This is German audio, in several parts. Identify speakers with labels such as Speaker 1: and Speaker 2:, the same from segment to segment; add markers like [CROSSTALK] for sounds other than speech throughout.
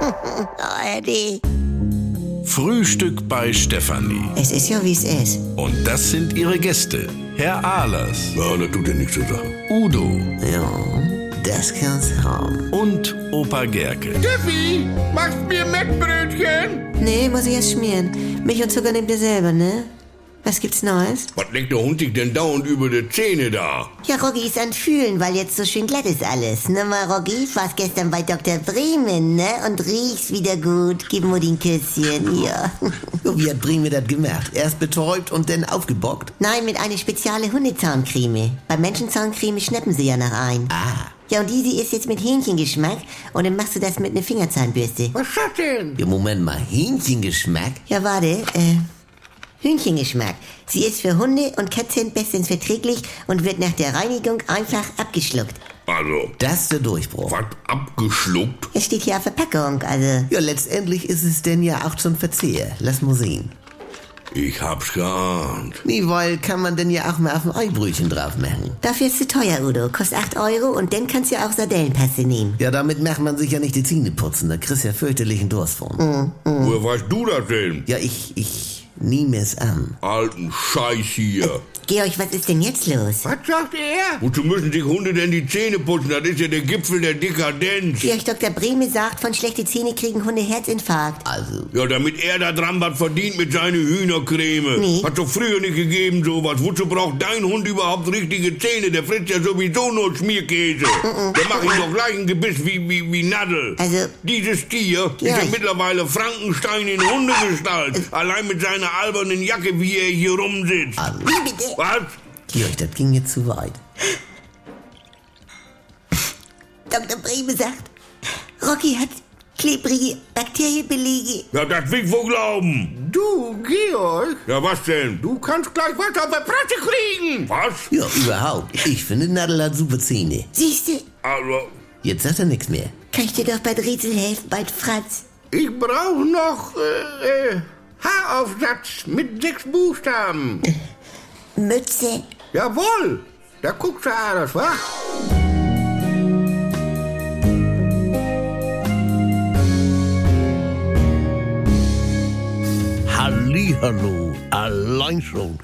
Speaker 1: Oh, Eddie.
Speaker 2: Frühstück bei Stefanie.
Speaker 1: Es ist ja, wie es ist.
Speaker 2: Und das sind ihre Gäste. Herr Ahlers,
Speaker 3: Ja, das tut dir nichts zu sagen.
Speaker 2: Udo
Speaker 1: Ja, das kann's haben.
Speaker 2: und Opa Gerke.
Speaker 4: Steffi, machst mir Mettbrötchen?
Speaker 1: Nee, muss ich erst schmieren. Milch und Zucker nehmt ihr selber, ne? Was gibt's Neues?
Speaker 3: Was legt der Hund sich denn dauernd über die Zähne da?
Speaker 1: Ja, Rocky ist an Fühlen, weil jetzt so schön glatt ist alles. Ne, mal, Rocky? Ich war's gestern bei Dr. Bremen, ne? Und riech's wieder gut. Gib mir den Küsschen, ja. [LAUGHS]
Speaker 5: So, wie hat Bremen das gemacht? Erst betäubt und dann aufgebockt?
Speaker 1: Nein, mit einer spezielle Hundezahncreme. Bei Menschenzahncreme schnappen sie ja nach ein.
Speaker 5: Ah,
Speaker 1: Ja, und diese ist jetzt mit Hähnchengeschmack und dann machst du das mit einer Fingerzahnbürste.
Speaker 4: Was ist das denn?
Speaker 5: ja, Moment mal, Hähnchengeschmack?
Speaker 1: Ja, warte, äh, Hühnchengeschmack. Sie ist für Hunde und Katzen bestens verträglich und wird nach der Reinigung einfach abgeschluckt.
Speaker 3: Also,
Speaker 5: Das ist der Durchbruch.
Speaker 3: was abgeschluckt?
Speaker 1: Es steht hier auf Verpackung, also.
Speaker 5: Ja, letztendlich ist es denn ja auch zum Verzehr. Lass mal sehen.
Speaker 3: Ich hab's geahnt.
Speaker 5: Nee, weil kann man denn ja auch mal auf ein Eibrötchen drauf machen.
Speaker 1: Dafür ist sie teuer, Udo. Kostet 8 Euro und dann kannst du ja auch Sardellenpaste nehmen.
Speaker 5: Ja, damit macht man sich ja nicht die Zähne putzen. Da kriegst du ja fürchterlichen Durst von.
Speaker 4: Hm.
Speaker 3: Woher weißt du das denn?
Speaker 5: Ja, ich, ich nehme es an.
Speaker 3: Alten Scheiß hier.
Speaker 4: Ah.
Speaker 1: Georg, was ist denn jetzt los?
Speaker 4: Was sagt er?
Speaker 3: Wozu müssen sich Hunde denn die Zähne putzen? Das ist ja der Gipfel der Dekadenz.
Speaker 1: Georg Dr. Breme sagt, von schlechte Zähne kriegen Hunde Herzinfarkt.
Speaker 5: Also,
Speaker 3: Ja, damit er da dran was verdient mit seiner Hühnercreme.
Speaker 1: Nee.
Speaker 3: Hat doch früher nicht gegeben sowas. Wozu braucht dein Hund überhaupt richtige Zähne? Der frisst ja sowieso nur Schmierkäse.
Speaker 4: Ah,
Speaker 3: Der macht ihm doch gleich ein Gebiss wie, wie, wie Nadel.
Speaker 1: Also-
Speaker 3: Dieses Tier
Speaker 1: Ja,
Speaker 3: ist ja
Speaker 1: ich-
Speaker 3: mittlerweile Frankenstein in Hundegestalt.
Speaker 4: Also-
Speaker 3: Allein mit seiner albernen Jacke, wie er hier rumsitzt.
Speaker 4: Ah.
Speaker 1: Wie bitte?
Speaker 3: Was?
Speaker 5: Georg, das ging jetzt zu weit.
Speaker 1: Dr. Breme sagt, Rocky hat klebrige Bakterienbelege.
Speaker 3: Ja, das will ich wohl glauben.
Speaker 4: Du, Georg,
Speaker 3: Ja, was denn? Du?
Speaker 4: du kannst gleich was auf der Presse kriegen.
Speaker 3: Was?
Speaker 5: Ja, überhaupt. Ich finde, Nadel hat super Zähne.
Speaker 1: Siehste,
Speaker 3: Also,
Speaker 5: Jetzt sagt er nichts mehr.
Speaker 1: kann ich dir doch bei Rätsel helfen, bei Franz.
Speaker 4: Ich brauch noch, äh, äh, Haaraufsatz mit sechs Buchstaben.
Speaker 1: Mütze.
Speaker 4: Jawohl, da guckst du alles, wa?
Speaker 6: Hallihallo, allein schon.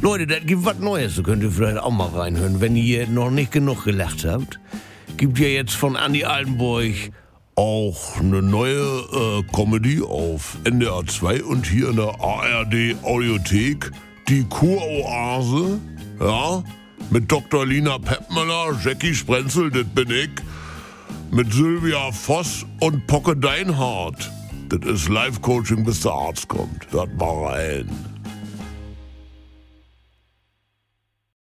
Speaker 6: Leute, das gibt was Neues, da könnt ihr vielleicht auch mal reinhören. Wenn ihr noch nicht genug gelacht habt, gibt ja jetzt von Andy Altenburg auch eine neue äh, Comedy auf NDR 2 und hier in der ARD Audiothek. Die Kuroase, ja, mit Dr. Lina Peppmüller, Jackie Sprenzel, das bin ich mit Sylvia Voss und Pocke Deinhardt. Das ist Live-Coaching, bis der Arzt kommt. Hört mal rein.